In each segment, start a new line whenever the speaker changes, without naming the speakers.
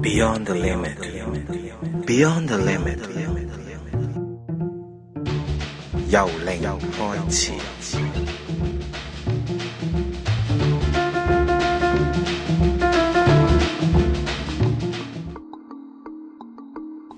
Beyond the limit. Beyond the limit. 由零開始，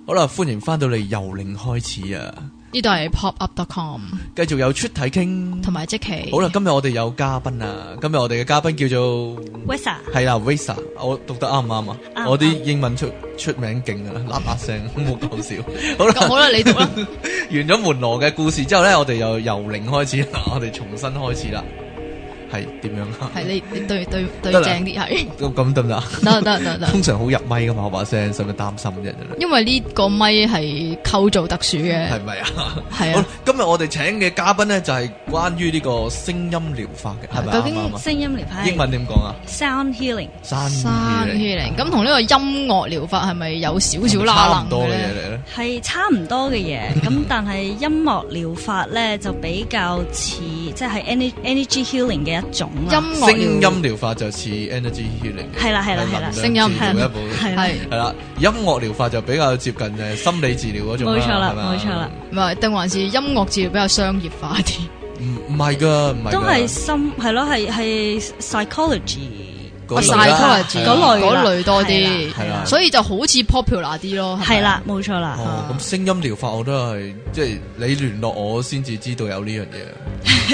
好啦，歡迎翻到嚟由零開始啊！
呢度係 popup.com
繼續有出體傾，
同埋即期。
好啦，今日我哋有嘉賓啊！今日我哋嘅嘉賓叫做
Wesa
係啦 Visa，我讀得啱唔啱啊？
啱
我啲英文出出名勁啊，喇叭 聲，好冇講笑。好
咁
啦，
好啦，你讀啦。
完咗門羅嘅故事之後咧，我哋又由零開始啦，我哋重新開始啦。係點樣啊？
係你你對對對
得啦
正啲係，
咁咁得唔得啊？
得得得得。
通常好入咪噶嘛，我把聲，使唔使擔心啫？真係
因為呢個咪係構造特殊嘅，
係咪啊？
係
好
啊
啦。，今日我哋請嘅嘉賓咧就係關於呢個聲音療法嘅，係咪
究
啱唔啱
竟
啊？
聲音療法係
英文點講啊？
sound healing
山
三
語
h 零咁同呢個音樂療法係咪有少少
差
拉
唔
楞
多
嘅
嘅嘢
咧？
嚟咧。
係差唔多嘅 嘢，咁但係音樂療法咧就比較似即係 energy energy healing 嘅一種
音
啦。
樂
聲
療
音療法就似 energy healing，嘅
係啦係啦係啦
係
聲音
能量治療一部
係啦
係
係啦。音樂療法就比較接近誒心理治療嗰種啊
冇錯啦
係嘛
冇錯啦，
唔係定還是音樂治療比較商業化啲？
唔唔係㗎，唔係㗎
都係心係咯係係 psychology
嗰類
啊
啦係
psychology
啦
嗰類啦
嗰類多啲
係啦
係
所以就好似 popular 啲咯。係咪
係啦冇錯啦。
哦，咁聲音療法我都係即係你聯絡我先至知道有呢樣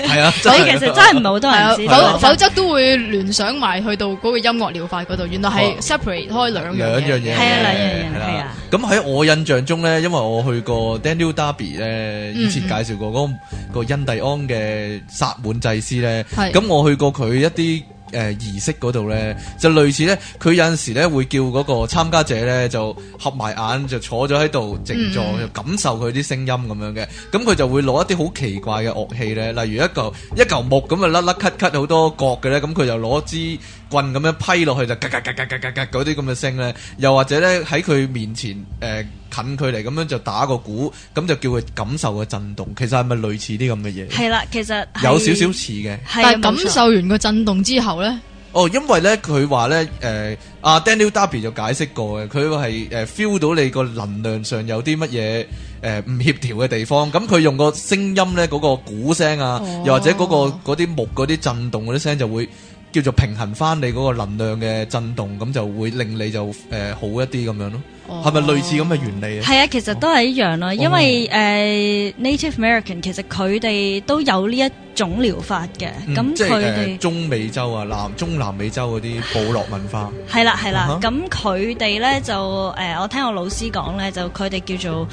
嘢，係啊，
所以其
係
實真係唔係好多人知
係
道
啊，否
係
否則都會聯想埋去到嗰個音樂療法嗰度，原來係 separate 開
兩
兩
樣
樣嘢。
嘢，
係啊兩樣嘢
係
係
啦
啊。
咁喺我印象中咧，因為我去過 Daniel Darby 咧，以前
嗯
介紹過嗰個印第安嘅薩滿祭司咧，
係
咁我去過佢一啲。誒、儀式嗰度咧，就類似咧，佢有陣時咧會叫嗰個參加者咧就合埋眼就坐咗喺度靜坐，
嗯嗯
就感受佢啲聲音咁樣嘅。咁佢就會攞一啲好奇怪嘅樂器咧，例如一嚿一嚿木咁啊，甩甩咳咳好多角嘅咧，咁佢就攞支棍咁樣批落去就嘎嘎嘎嘎嘎嘎嘎嗰啲咁嘅聲咧，又或者咧喺佢面前誒、呃近距離咁樣就打個鼓，咁就叫佢感受個震動。其實係咪類似啲咁嘅嘢？
係啦，其實係
有少少似嘅。
係啊
但係感
冇錯
受完個震動之後咧，
哦，因為咧佢話咧，誒、阿 Daniel Darby 就解釋過嘅，佢話係誒 feel 到你個能量上有啲乜嘢誒唔協調嘅地方，咁佢用個聲音咧嗰、個鼓聲啊，
哦
又或者嗰、個嗰啲木嗰啲震動嗰啲聲就會叫做平衡翻你嗰個能量嘅震動，咁就會令你就誒、呃好一啲咁樣咯，係咪、類似咁嘅哦原理啊？
哦係啊，其實都係一樣咯，因為誒、Native American 其實佢哋都有呢一種療法嘅，
嗯
咁
即係
佢
呃
哋
中美洲啊、南中南美洲嗰啲部落文化，
係啦係
啊哈
啦，咁佢哋咧就誒、我聽我老師講咧，就佢哋叫做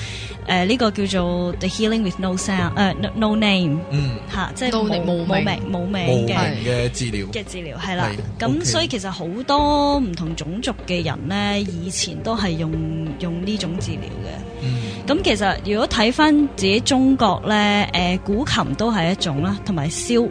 誒呢、個叫做 The Healing with No Sound，誒、no, no Name
嗯，
嚇、即係
No
冇
name，冇
冇
名
名冇
無
名
形
嘅
係
嘅治療。
嘅治療係啦
係，
咁
OK
所以其實好多唔同種族嘅人咧，以前都係用用呢種治療嘅。
嗯
咁其實如果睇翻自己中國咧，誒、古琴都係一種啦，同埋簫。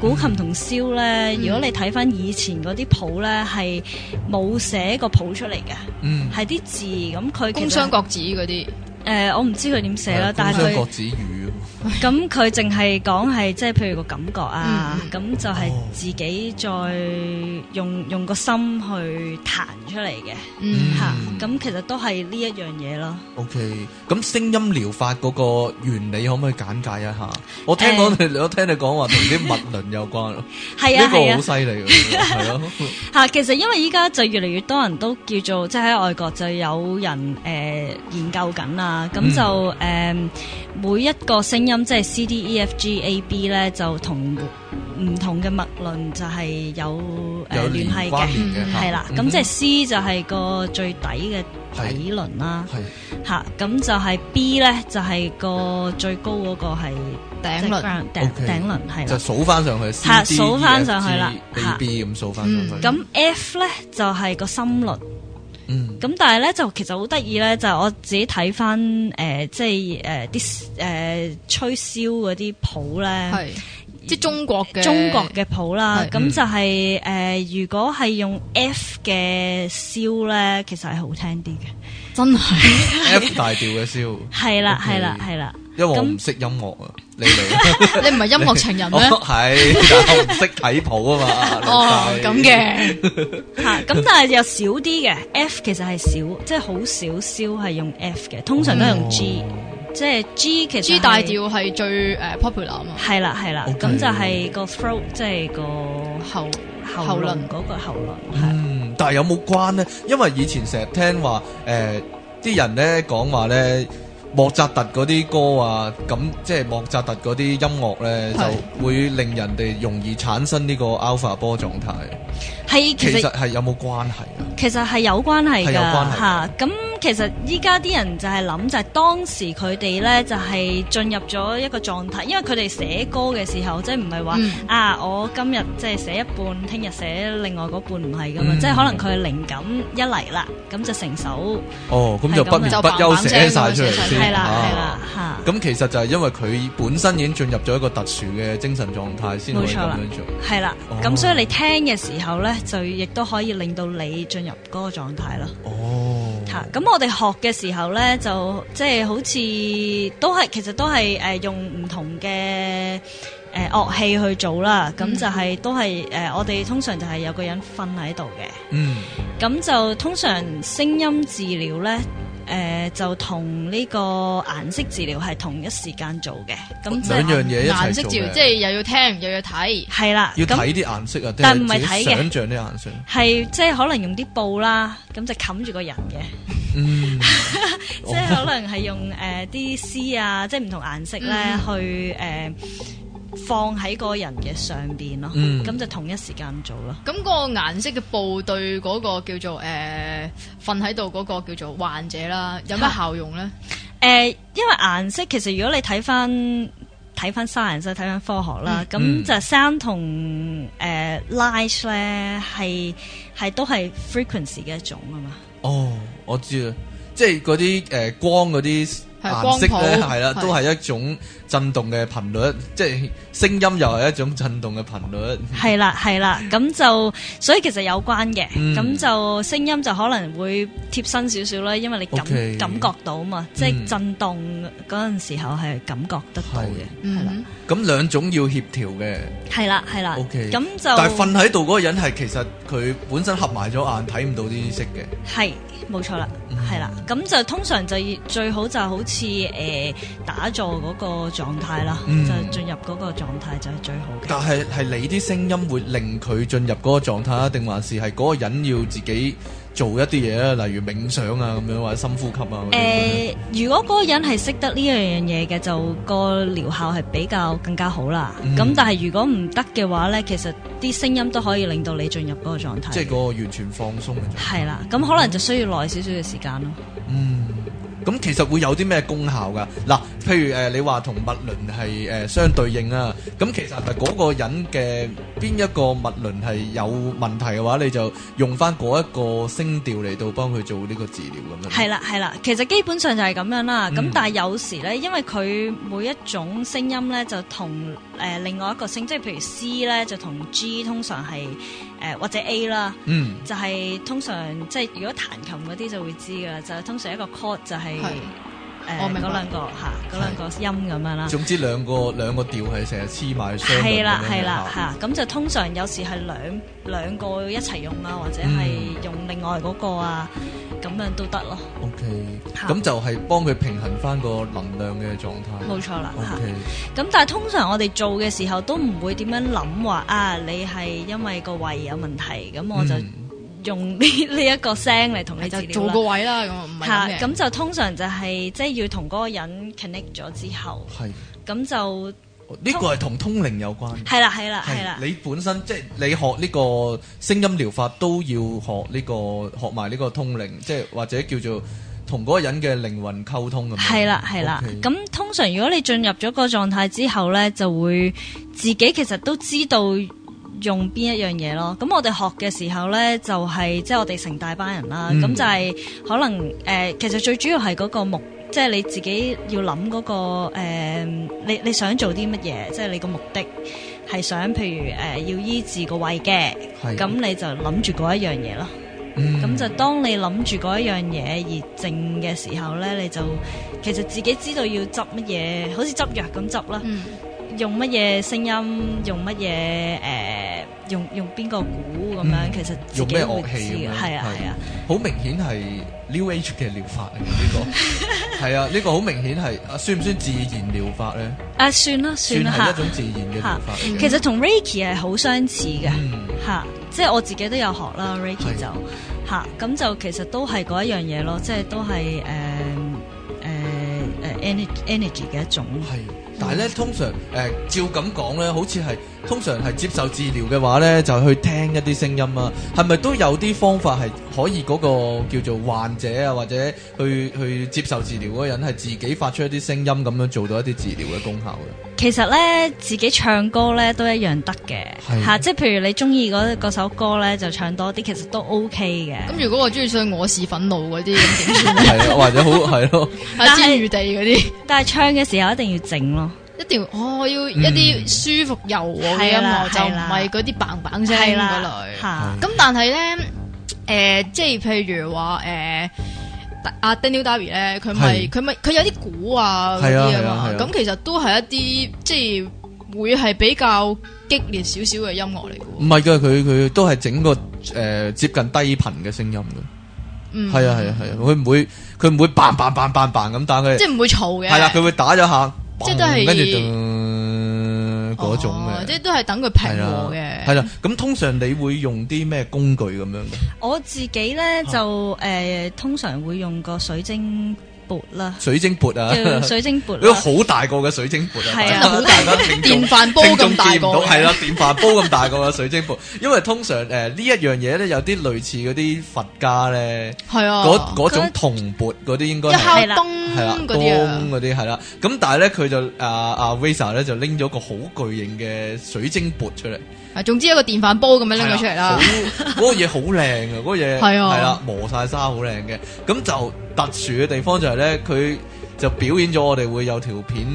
古琴同簫咧，
嗯
如果你睇翻以前嗰啲譜咧，係冇寫個譜出嚟嘅，
嗯。
係啲字咁佢其
工
實
商國指嗰啲，
誒我唔知佢點寫啦，但係
工商國
佢
子語
咁佢淨係講係即係譬如個感覺啊，
嗯
咁、就係
哦
自己再用用個心去彈出嚟嘅
嗯
嚇，
嗯
咁、其實都係呢一樣嘢咯。
，OK。咁聲音療法嗰個原理可唔可以簡介一下？我聽講 你，我聽你講話同啲物論有關，呢
係啊係
個
啊
好。犀利喎， 係咯。
嚇，其實因為依家就越嚟越多人都叫做即係喺外國就有人誒、呃研究緊啦，咁就誒、
嗯
呃每一個聲音即係 C、D、E、F、G、A、B 咧，就同唔同嘅脈輪就係有
有
誒聯
連
繫
關
嘅，
聯嘅，嗯嚇
係啦。咁即係 C 就係個最底嘅底輪啦，
係
嚇，咁就係 B 咧就係個最高嗰個係
頂
即係
輪
ground- 頂
OK
頂輪係
就
啦。
數翻上去，E
嚇數返上去啦嚇
A B 咁數翻上去。
咁 F 咧就係個心輪。
嗯
咁但係咧就其實好得意咧，就係我自己睇翻誒，即係誒呃啲誒吹簫嗰啲譜咧，
係即係中國嘅
中國嘅譜啦，
係
咁就係、誒、如果係用 F 嘅簫咧，其實係好聽啲嘅，
真係
，F 大調嘅簫，
係啦
OK
係啦係啦，
因為我
咁
唔識音樂啊，你 嚟，
你唔係音 樂情人
我
咩？
係，但我唔識睇譜啊嘛。
哦，咁嘅，
吓，咁但係又少啲嘅，F 其實係少，即係好少燒係用 F 嘅，通常都係用 G，、即係 G
哦
其實
G
係
大調係最诶 popular 啊嘛，
係啦係啦，
OK
咁就係個 throat 即係個
喉
喉
喉
輪
輪
嗰個喉輪係。
嗯，但係有冇關呢？因為以前成日聽話，诶、啲人咧講話咧，莫扎特嗰啲歌啊，咁即係莫扎特嗰啲音樂咧，
係
就會令人哋容易產生呢個 alpha 波狀態。其
係其
實
實
係有冇關係啊？
其實係有關係
係
㗎
有關係㗎
嚇，咁、其實依家啲人就係諗就係當時佢哋咧就係、進入咗一個狀態，因為佢哋寫歌嘅時候即係唔係話
嗯
啊我今日即係寫一半，聽日寫另外嗰半唔係㗎嘛，
嗯
即係可能佢係靈感一嚟啦，咁就成首
哦，咁
係
就
咁
不
樣
眠
就
不
砰
休
砰聲
寫
咁
晒
樣
出嚟
寫晒
先。
嗯
係啦係
啊
啦嚇，
咁其實就係因為佢本身已經進入咗一個特殊嘅精神狀態，先可以
冇
咁
錯啦
樣做。
係啦
哦，
咁、所以你聽嘅時候咧就亦都可以令到你進入嗰個狀態咯。
哦，
吓，咁我哋學嘅時候咧，就即係好似都係，其實都係诶、呃用唔同嘅诶乐器去做啦。咁
嗯
就係都係诶、呃我哋通常就係有個人瞓喺度嘅。
嗯，
咁就通常聲音治療咧，诶、就同呢個顏色治療係同一時間做嘅。咁即
哦兩
係
樣嘢一
顏
齊
色
做
照，
嘅
即係又要聽又要睇，
係啦。
要
咁
睇啲顏色啊，定
但唔
係自
係
己
睇嘅
想像啲顏色。
係即係可能用啲布啦，咁就冚住個人嘅。
嗯，
即係
哦
可能係用誒啲絲啊，即係唔同顏色咧、
嗯
去誒、呃放喺個人嘅上邊咯。
嗯
咁、就同一時間做咯。
咁個顏色嘅布對嗰個叫做诶瞓喺度嗰個叫做患者啦，有咩效用咧？
誒、呃因為顏色其實如果你睇翻睇翻 science 睇翻科學啦，咁、
嗯
就 sound 同誒、呃 light 咧係係都係 frequency 嘅一種啊嘛。
哦，我知啦，即係嗰啲诶光嗰啲
係
顏色咧，
光譜
係啦，
係
都係一種震動嘅頻率，即係聲音又係一種震動嘅頻率。
係啦，係啦，咁就所以其實有關嘅，
嗯
咁、就聲音就可能會貼身少少啦，因為你感
OK
感覺到嘛，即
嗯
係震動嗰陣時候係感覺得到嘅，係啦，
嗯，
咁兩種要協調嘅，
係啦，係啦，
OK
咁
但係
就
瞓喺度嗰個人係其實佢本身合埋咗眼睇唔到啲色嘅。
係冇錯啦，
嗯
係啦，咁就通常就要最好就好似誒、呃打坐嗰個狀態啦，
嗯
就進入嗰個狀態就係最好嘅。
但係係你啲聲音會令佢進入嗰個狀態啊，定還是係嗰個人要自己做一啲嘢啊，例如冥想啊咁樣，或者深呼吸啊嗰啲咁樣。
誒、如果嗰個人係識得呢樣嘢嘅，就個療效係比較更加好啦。
嗯
咁、但係如果唔得嘅話咧，其實啲聲音都可以令到你進入嗰個狀態。
即係嗰個完全放鬆嘅狀態。
係啦，咁可能就需要耐少少嘅時間咯。
嗯，咁其實會有啲咩功效噶？嗱，譬如誒、呃你話同物輪係誒相對應啊，咁其實係咪嗰個人嘅邊一個物輪係有問題嘅話，你就用翻嗰一個聲調嚟到幫佢做呢個治療咁樣。
係啦，係啦，其實基本上就係咁樣啦。咁、
嗯
但係有時咧，因為佢每一種聲音咧，就同誒、呃另外一個聲，即係譬如 C 咧，就同 G 通常係誒、呃或者 A 啦。
嗯，
就係通常即係如果彈琴嗰啲就會知㗎啦，就係通常一個 chord 就係
係
誒
哦我明白
嗰兩個嚇嗰兩個音咁樣啦。
總之兩個兩個調係成日黐埋相。
係啦，係啦，嚇咁就通常有時係兩兩個一齊用啊，或者
嗯
係用另外嗰個啊，咁樣都得咯，
O K，
嚇
咁就係幫佢平衡翻個能量嘅狀態。
冇錯啦
O
嚇。
K，
咁但係通常我哋做嘅時候都唔會點樣諗話啊，你係因為個胃有問題，咁我就用呢 呢一個聲嚟同你治
嗯就
療
做
啦
個。位啦，咁唔係
嚇
咁嘅
咁就通常就係、即係要同嗰個人 connect 咗之後，
係
咁就
呢個係同通靈有關嘅。
係啦係啦係啦
係，你本身即係你學呢個聲音療法都要學呢、個學埋呢個通靈，即係或者叫做同嗰個人嘅靈魂溝通咁樣。
係啦係啦。
OK
咁通常如果你進入咗個狀態之後呢，就會自己其實都知道。用邊一樣嘢咯？咁我哋學嘅時候呢，就係、即係我哋成大班人啦。
嗯
咁、就係可能誒、呃其實最主要係嗰個目，即係你自己要諗嗰、個、呃、你你想做啲乜嘢？即係你個目的係想，譬如誒、呃要醫治個胃嘅，
係
咁你就諗住嗰一樣嘢咯。
嗯
咁就當你諗住嗰一樣嘢而靜嘅時候咧，你就其實自己知道要執乜嘢，好似執藥咁執啦，
嗯，
用乜嘢聲音，用乜嘢誒，用用邊個鼓咁樣，
嗯
其實自
用
己
咩
會
樂器
知
咁
嘅，
樣？
係啊係啊，，
好明顯係 New Age 嘅療法嚟 嘅呢個，係啊，呢個好明顯係啊，算唔算自然療法咧？
啊算啦算
算
啦
係
嚇
一。種自然嘅療法嚟嘅。
其實同 Reiki 係好相似嘅
嗯，
吓、即係我自己都有學啦
係
Reiki 就吓，咁、就其實都係嗰一樣嘢咯，即係都係诶诶诶 energy energy 嘅一種。
係，但係咧，通常誒、呃照咁講咧，好似係通常係接受治療嘅話咧，就去聽一啲聲音啊，係咪都有啲方法係可以嗰個叫做患者啊，或者去去接受治療嗰個人係自己發出一啲聲音咁樣做到一啲治療嘅功效嘅？
其實咧，自己唱歌咧都一樣得嘅
係
吓，即係譬如你中意嗰嗰首歌咧，就唱多啲，其實都 OK 嘅。
嗯
咁如果我中意唱我是憤怒嗰啲咁 點算？
係啊，或者好係咯，
啊，
但係
天與地嗰啲，
但係唱嘅時候一定要靜咯，
一定要哦，我要一啲舒服柔和嘅音
係啦
樂，就
係
唔
啦
係嗰啲棒棒聲
係
嗰
啦
類。
吓，
咁但係咧，诶、即係譬如話诶。阿 Daniel Darby 咧，佢
係
咪佢咪佢有啲鼓啊嗰
係啊
啲啊
係啊
嘛
係啊，
咁其實都係一啲即係會係比較激烈少少嘅音樂嚟嘅
唔
喎。
係嘅，佢佢都係整個誒、呃接近低頻嘅聲音嘅，
嗯，
係啊係啊係啊，佢唔會佢唔會 bang bang bang bang bang 咁，但係佢
即係唔會嘈嘅。
係啦，佢會打咗下，
即係都係
bang，跟住噔嗰種
哦
嘅
即。係都係等佢平
係啦
和嘅。
係啦，咁通常你會用啲咩工具咁樣嘅？
我自己咧就诶、誒通常會用個水晶缽啦，
水晶缽啊，
叫水晶缽
呢個
啦。
好大個嘅水晶缽啊，
係
大
啊
家
好
大
大
家聽眾
電飯煲
聽眾
咁大
見唔到
個嘅
係啦，電飯煲咁大個嘅水晶缽。因為通常诶呢一樣嘢咧，有啲類似嗰啲佛家咧，
係啊，
嗰嗰種銅缽嗰啲應該
一
係。
敲
係啦
冬
系啦，
嗰啲啊
光。嗰啲係啦，咁但係咧佢就啊啊 Visa 咧就拎咗個好巨型嘅水晶缽出嚟，
啊，总之一個電飯煲咁樣拎佢出嚟
係啊
啦。
啦好嗰個嘢好靚啊，嗰個嘢
係啊
係啦，磨晒沙好靚嘅。咁就特殊嘅地方就係咧，佢就表演咗我哋會有條片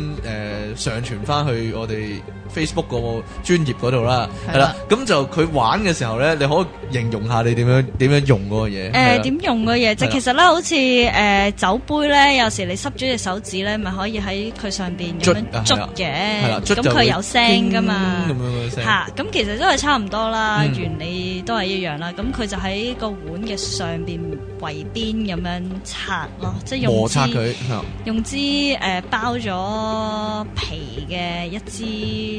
誒上傳翻去我哋 Facebook 個專頁嗰度啦，係
係
啦
啦。
咁就佢玩嘅時候咧，你可以形容下你點樣點樣用嗰個嘢。係
誒
啦
點用嘅
係
嘢啫？
啦
其實咧，好似誒酒杯咧，有時你濕咗隻手指咧，咪可以喺佢上邊
捽
咁樣
啊
捽
係啦捽
嘅，，
就
咁佢
會
有聲噶嘛
叮咁。樣嘅聲。
啊嚇，咁其實都係差唔多啦，
嗯
原理都係一樣啦。咁佢就喺個碗嘅上邊圍邊咁樣擦咯，即係用
摩
支
擦佢，係啦
用支誒包咗皮嘅一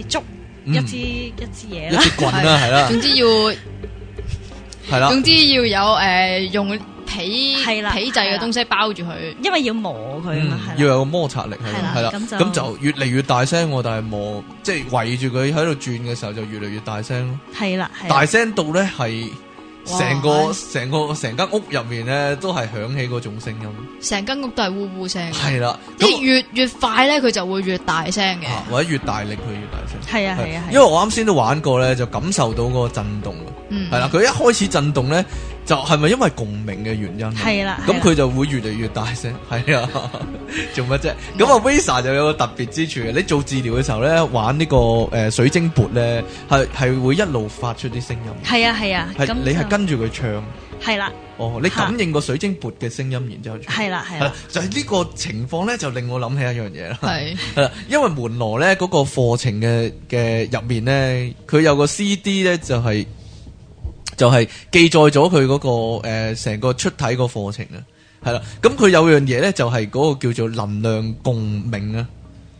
支竹，
嗯
一支一支嘢
一
啦。
支棍啦，係啦，
總之要。
係啦，
總之要有诶、用皮
係啦
皮製嘅東西包住佢，
因為要磨佢啊嘛，
嗯
係
要
啦，
有個摩擦力喺度，係啦
係啦，咁就
咁就越嚟越大聲喎，但係磨即係圍住佢喺度轉嘅時候就越嚟越大聲咯，
係啦，係啦啊
大聲到咧係
哇
成個成個成間屋入面咧都係響起嗰種聲音，
成間屋都係呼呼
啊
聲。
係啦，
即係
咁
越越快咧，佢就會越大聲嘅。
啊或者越大力佢越大聲。
係啊，係啊，係啊
因為我啱先都玩過咧，就感受到嗰個震動啊，
嗯，
係啦，佢一開始震動咧，就係咪因為共鳴嘅原因啊？
係啦，係
咁
啦
佢就會越嚟越大聲，係啊， 做乜啫？咁啊，Visa 就有個特別之處嘅，你做治療嘅時候咧，玩呢、個誒、呃水晶缽咧，係係會一路發出啲聲音，
係啊係啊，
係
咁
你係
就
跟住佢唱，
係啦
哦，你感應個水晶缽嘅聲音，然之後唱，
係啦係
係啦
啦，
就係呢個情況咧，就令我諗起一樣嘢啦。
係
係啦，呃因為門羅咧嗰個課程嘅嘅入面咧，佢有個 CD 咧就係、就係、記載咗佢嗰個呃成、個出體個課程啊，係啦，咁佢有樣嘢咧就係、嗰個叫做能量共鳴啊，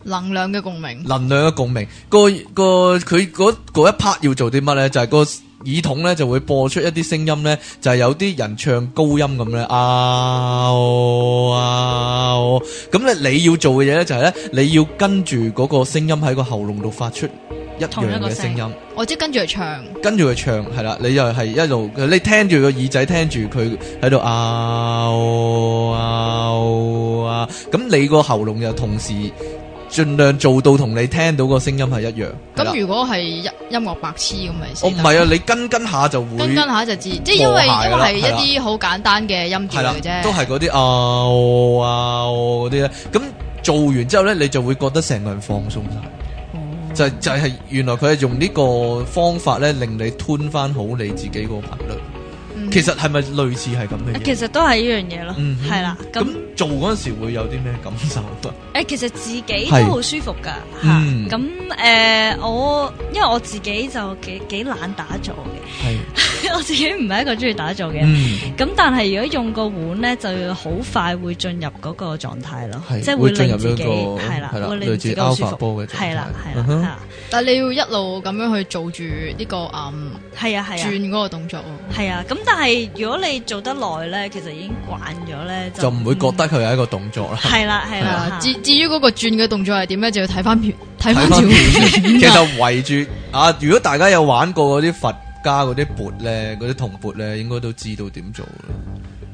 能量嘅共鳴。
能量嘅共鳴，個個佢嗰嗰一 part 要做啲乜咧？就係、個耳筒咧就會播出一啲聲音咧，就係、有啲人唱高音咁咧啊哦啊哦，咁咧你要做嘅嘢咧就係咧你要跟住嗰個聲音喺個喉嚨度發出一
同
樣
一個
嘅
聲
聲音，
我即係跟住嚟唱，
跟住佢唱係啦，你又係一路你聽住個耳仔聽住佢喺度啊哦啊哦啊，咁你個喉嚨又同時盡量做到同你聽到個聲音係一樣。係啦
咁如果係音音樂白痴咁咪
我
死
唔
得
係啊，你跟跟下就會
跟跟下就知，即係因
磨
為
鞋㗎
因
啦
為係一啲好簡單嘅
係
音調
啦
嚟，啫，
都係嗰啲啊哦啊哦嗰啲咧。咁做完之後咧，你就會覺得成個人放鬆晒。就係就係原來佢係用呢個方法咧，令你吞翻好你自己個頻率。
嗯
其實係咪類似係咁嘅嘢？
其實都係呢樣嘢咯，
嗯哼
係啦。咁
咁做嗰陣時會有啲咩感受啊？
誒，其實自己
係
都好舒服噶嚇。
嗯
咁誒，我因為我自己就幾幾懶打坐嘅，
係，
我自己唔係一個中意打坐嘅。
嗯，
咁但係如果用個碗咧，就好快會進入嗰個狀態咯，
係
即
會
係會
進入
令自己
一個
係啦
係啦，
會令自己
類
好
似
舒
alpha 波
服
嘅狀態
係啦，係
嗯
啦，
哼
係啦
但你要一路咁樣去做住呢個嗯
係啊，係啊
轉。嗰個動作喎。
係啊，咁但係如果你做得耐咧，其實已經慣咗咧，
就唔會覺得佢係一個動作啦。
係啦係
係啊啦，
啦。嚇
至至於嗰個轉嘅動作係點咧，就要睇翻片，
嗯
睇翻
睇
條
翻
片。
其實圍住啊，如果大家有玩過嗰啲佛家嗰啲缽咧，嗰啲銅缽咧，應該都知道點做啦。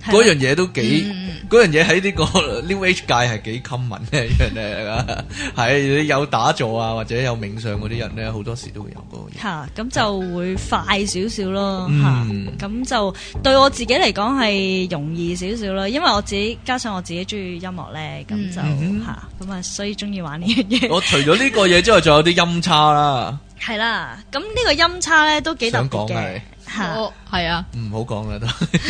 係
嗰
啦
樣嘢都幾
嗯嗯，
嗰樣嘢喺呢個 New Age 界係幾 common 嘅一樣嘢嚟噶。 係有打坐啊，或者有冥想嗰啲人咧，好多時都會有嗰個嘢。
吓，咁就會快少少咯
嗯
吓，咁就對我自己嚟講係容易少少咯，因為我自己加上我自己中意音樂咧，咁就
嗯
吓，咁啊，所以中意玩呢樣 嘢。
我除咗呢個嘢之外，仲有啲音叉啦，
係啦，咁呢個音叉咧都幾特
想
別
講係
嘅吓
我係啊，
唔好講啦都。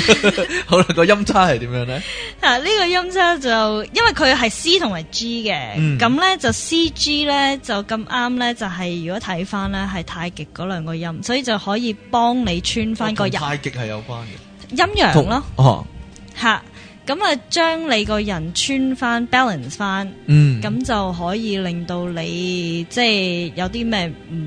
好啦，個音叉係點樣咧？
吓，呢個音叉就因為佢係 C 同埋 G
嗯
嘅，咁咧就 C G 咧就咁啱咧就係如果睇翻咧係太極嗰兩個音，所以就可以幫你穿翻個
同
人
太極係有關嘅，
陰陽咯。
哦，
吓，咁啊將你個人穿翻 balance 翻，
嗯，
咁就可以令到你即係有啲咩唔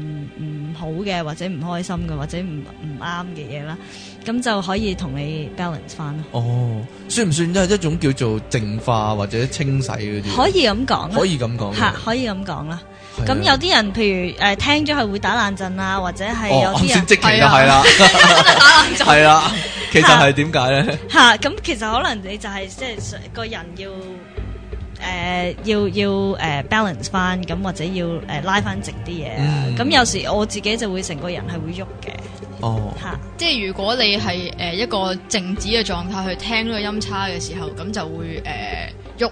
唔好嘅，或者唔開心嘅，或者唔唔啱嘅嘢啦，咁就可以同你 balance 翻咯。
哦，算唔算係一種叫做淨化或者清洗嗰啲？
可以咁講啦，
嗯可以咁講嘅。
吓，可以咁講啦。
係啊
咁有啲人譬如誒聽咗係會打冷震啊，或者係有
哦，啱
啲
先
人啊
即期就係啦， 係啦，其實係點解咧？
吓，咁其實可能你就係即係個人要誒、呃要要誒、呃 balance 翻，咁或者要誒、呃拉翻直啲嘢啊。
嗯
咁、有時我自己就會成個人係會喐嘅
哦，
吓，
即係如果你係誒一個靜止嘅狀態去聽呢個音叉嘅時候，咁就會誒 喐。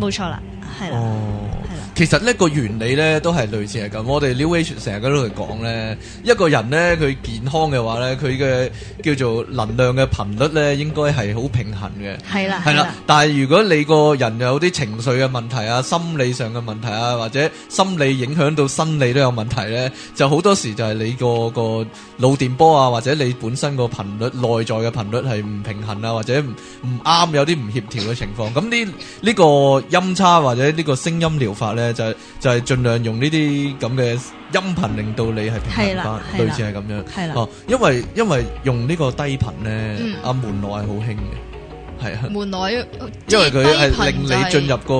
冇錯啦，係啊啦，
哦。
係啦，
其實呢個原理咧都係類似係咁，我哋 New Age 成日都喺度講咧，一個人咧佢健康嘅話咧，佢嘅叫做能量嘅頻率咧應該係好平衡嘅。
係啦，
係啦，但係如果你個人有啲情緒嘅問題啊、心理上嘅問題啊，或者心理影響到生理都有問題呢，就好多時就係你個個腦電波啊，或者你本身個頻率、內在嘅頻率係唔平衡啊，或者唔唔啱，有啲唔協調嘅情況。咁呢呢個音叉或者呢個聲音療法呢，就係就係盡量用呢啲咁嘅音頻令到你係平
係
衡
啦
翻，
係啦
類似係咁樣。
係啦
哦，因為因為用呢個低頻呢
嗯，
阿門內係好興嘅，係啊。
門內，
因為佢
即
係
係
令
低頻就
你
係
進入個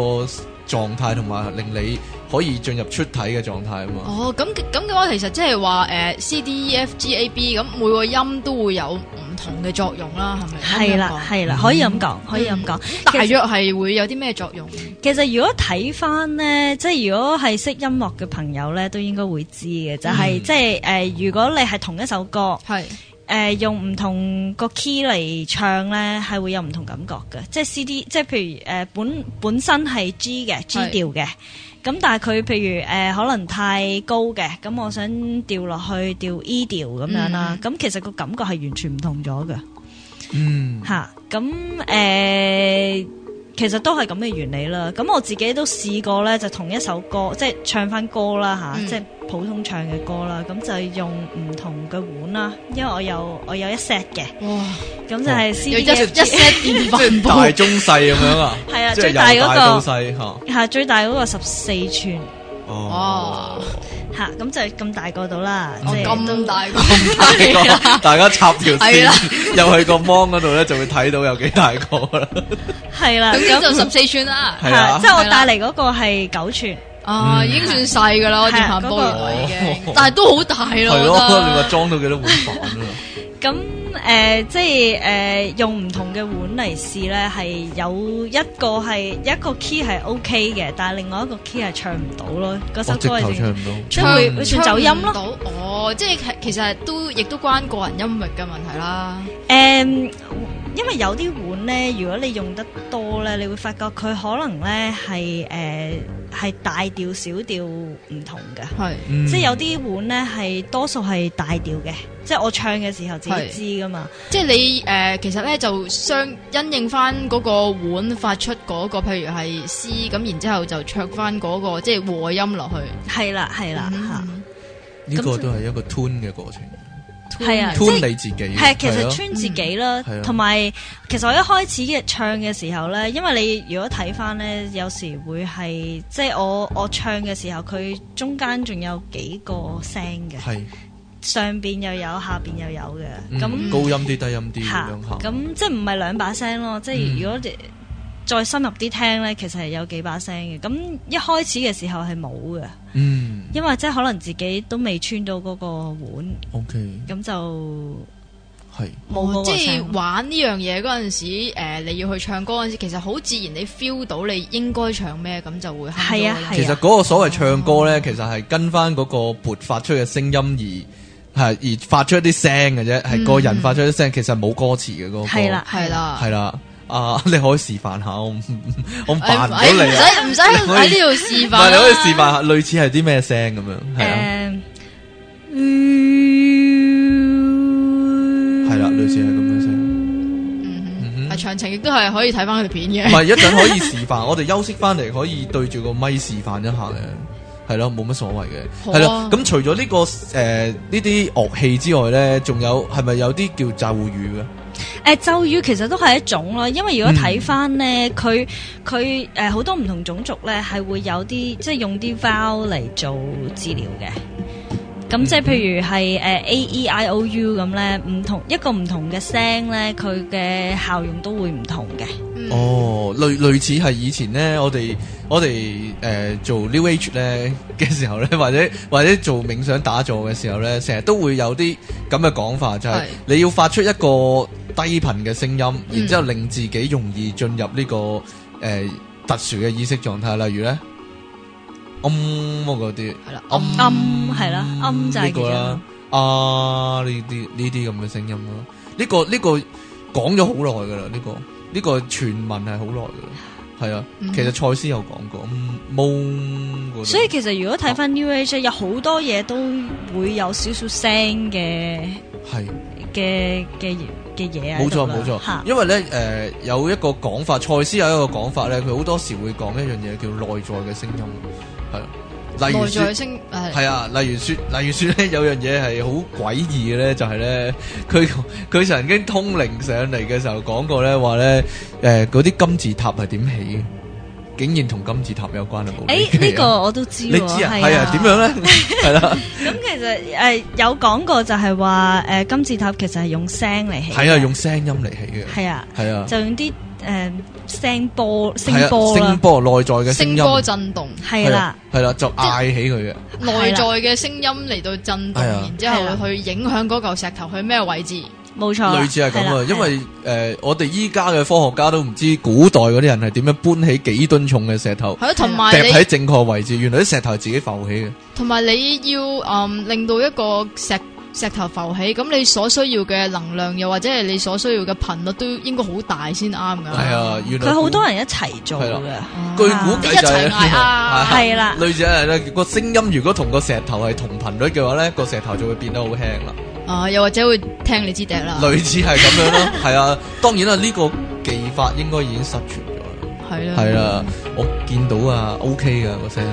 狀態，同埋令你可以進入出體嘅狀態啊嘛。
哦，咁咁嘅話，其實即係話誒 C D E F G A B 咁每個音都會有唔同嘅作用啦，係咪？
係
哦
啦，係啦，可以咁講，可以咁講。
咁
嗯
大約係會有啲咩作用？
其實如果睇翻咧，即係如果係識音樂嘅朋友咧，都應該會知嘅，就係、
嗯
即係誒、呃如果你係同一首歌。
係
誒、呃用唔同個 key 嚟唱咧，係會有唔同感覺嘅。即係 CD，即係譬如誒、呃本本身係 G 嘅 G
係
調嘅，咁但係佢譬如誒、可能太高嘅，咁我想調落去調 E 調咁樣
嗯，
啦咁、其實個感覺係完全唔同咗嘅
嗯，
吓。咁、誒、其實都係咁嘅原理啦。咁我自己都試過咧，就同一首歌，即係唱翻歌啦吓，
嗯
即係普通唱嘅歌啦，咁就用唔同嘅碗啦，因為我有我有一 set 嘅。
哇，
咁就係 C
哦有
E
D，
一 set 一 set 變
即係
分
大中細咁樣啊
係啊，
即
最
係
大
由大到
嗰
細吓。
個嚇最大嗰個十四寸
哦，
嚇，咁就咁大個到啦，即係
哦咁
都
大個，
呢
係啦
個
啊
大家插條線
係啦
入去個芒嗰度咧，就會睇到有幾大個啦。
係啦，
總之就
咁
十四寸啦。
係啊
嚇，即係我帶嚟嗰個係九寸，
啊，
嗯
已經算細噶啦，我
係
電
啊
飯煲原來
嗰
已
個
經，但係都好大咯，
係咯，
我覺
你話
得
裝到幾多碗飯 啊？
咁誒即係誒用唔同嘅碗嚟試咧，係有一個係一個 key 係 OK 嘅，但係另外一個 key 係唱唔到咯，嗰
我
首
哦直
歌
頭
係
唱
正
唔到。嗯
即係會會
唱
算走音
唔
咯。
到哦，即係其實都亦都關個人音域嘅問題啦。
誒，因為有啲碗咧，如果你用得多咧，你會發覺佢可能咧係誒呃係大調小調唔同嘅。
係
嗯
即係有啲碗咧係多數係大調嘅，即係我唱嘅時候自己知噶嘛。
即係你诶、呃其實咧就相因應翻嗰個碗發出嗰、個，譬如係 C 咁，然之后就唱翻嗰、個即係和音落去。
係啦係啦
嗯
呢個都係一個 tune 嘅過程
嚇，係啊，即
tune
係
你自己
係其
係咯啊
實穿自己啦
嗯係啊，
同埋其實我一開始嘅唱嘅時候咧，因為你如果睇翻咧，有時會係即係我我唱嘅時候，佢中間仲有幾個聲嘅，
係
上邊又有，下邊又有嘅，
嗯
咁、
高音啲低音啲咁
嚇
樣嚇，
咁即係唔係兩把聲咯？即
嗯
係如果你再深入啲聽咧，其實係有幾把聲嘅。咁一開始嘅時候係冇嘅，
嗯
因為即係可能自己都未穿到嗰個碗，
OK
咁就
係
冇嗰
即
個
係
聲。
玩呢樣嘢嗰陣時，誒、你要去唱歌嗰陣時，其實好自然你 feel 到你應該唱咩，咁就會哼咗
係啊
啦
係啊
其實嗰個所謂唱歌咧，其實係跟翻嗰個撥發出嘅聲音而係而發出一啲聲嘅啫，係個人發出一啲聲，其實冇歌詞嘅嗰個歌。
係啦，
嗯係啦，
係啦，啊， 你可以示範下，我唔 我扮唔到
哎唔
你啊，
使唔使喺呢度
唔
示範啦，
係你可以示範下類似係啲咩聲咁樣，係啊，
誒，嗯
係啦，類似係咁樣聲。
嗯
嗯
哼，
哼
啊詳情亦都係可以睇翻佢條片
唔
嘅。
係一陣可以示範，我哋休息翻嚟可以對住個咪示範一下嘅。係咯，冇乜所謂
好
嘅，係
啊
咯。咁除咗呢個誒呢啲樂器之外咧，仲有係咪有啲叫咒語嘅？
誒咒語其實都係一種咯，因為
嗯
如果睇翻咧，佢佢誒好多唔同種族咧係會有啲即係用啲 vowel 嚟做治療嘅。咁
嗯
即係譬如係誒 A E I O U 咁咧，唔同一個唔同嘅聲咧，佢嘅效用都會唔同嘅。
嗯，
哦，類類似係以前咧，我哋我哋誒、呃做 New Age 咧嘅時候咧， 或者或者做冥想打坐嘅時候咧，成日都會有啲咁嘅講法，就係、
係
你要發出一個低頻嘅聲音，
嗯
然之後令自己容易進入呢、個誒、呃特殊嘅意識狀態，例如咧，嗯嗰啲，
係啦，
嗯
暗係啦，暗就
呢
係
個啦
叫，
啊呢啲呢啲咁嘅聲音咯，呢、個呢、個講咗好耐噶啦，呢、個呢、個傳聞係好耐噶啦，係啊，
嗯
其實賽斯有講過，嗯蒙嗰度，
所以其實如果睇翻 New Age 呢有好多嘢都會有少少聲嘅
係
嘅嘅嘅嘢喺
冇
度
錯
啦
冇
嚇
錯，因為咧誒、呃有一個講法，賽斯有一個講法咧，佢好多時會講一樣嘢叫內在嘅聲音，係啊，例如
內
說
在聲係
係啊，例如说，例如说咧， 有樣嘢係好詭異嘅咧，就係咧，佢佢曾經通靈上嚟嘅時候講過咧，話咧，诶嗰啲金字塔係點起嘅，竟然同金字塔有關啊！冇理
誒
嘅
呢個我都知 喎，
你知啊，係
係
啊，點樣 咧？係啦，
咁其實誒有講過就係話誒金字塔其實係用聲嚟起嘅，
係啊，用聲音嚟起嘅，
係啊，
係啊，
就用啲誒聲波
係
聲
啊，
波
聲
啦，
波內在嘅聲
聲
音，
波震動，
係
係
啦
啊，，係啦，就嗌起佢嘅，
內在嘅聲音嚟到震動，
係啊
然之後去影響嗰嚿石頭去咩位置。
冇錯啦，
類似係咁
係啦
啊，因為诶，我哋依家嘅科學家都唔知古代嗰啲人係點樣搬起幾噸重嘅石頭。
係咯，同埋
掟
你
喺正確位置，原來啲石頭係自己浮起嘅。
同埋你要嗯令到一個石石頭浮起，咁你所需要嘅能量又或者係你所需要嘅頻率都應該好大先啱㗎。
係啊，原來
佢好
古
多人一齊做
係
嘅，
據估計就係
一齊嗌啊
係啦
類似係咧啊個聲音，如果同個石頭係同頻率嘅話咧，個石頭就會變得好輕啦。
啊，又或者會聽你支笛啦，
類似係咁樣 咯，係啊。當然啦，呢個技法應該已經失傳咗啦。
係啦，
係啦，我見到啊，OK 噶個聲。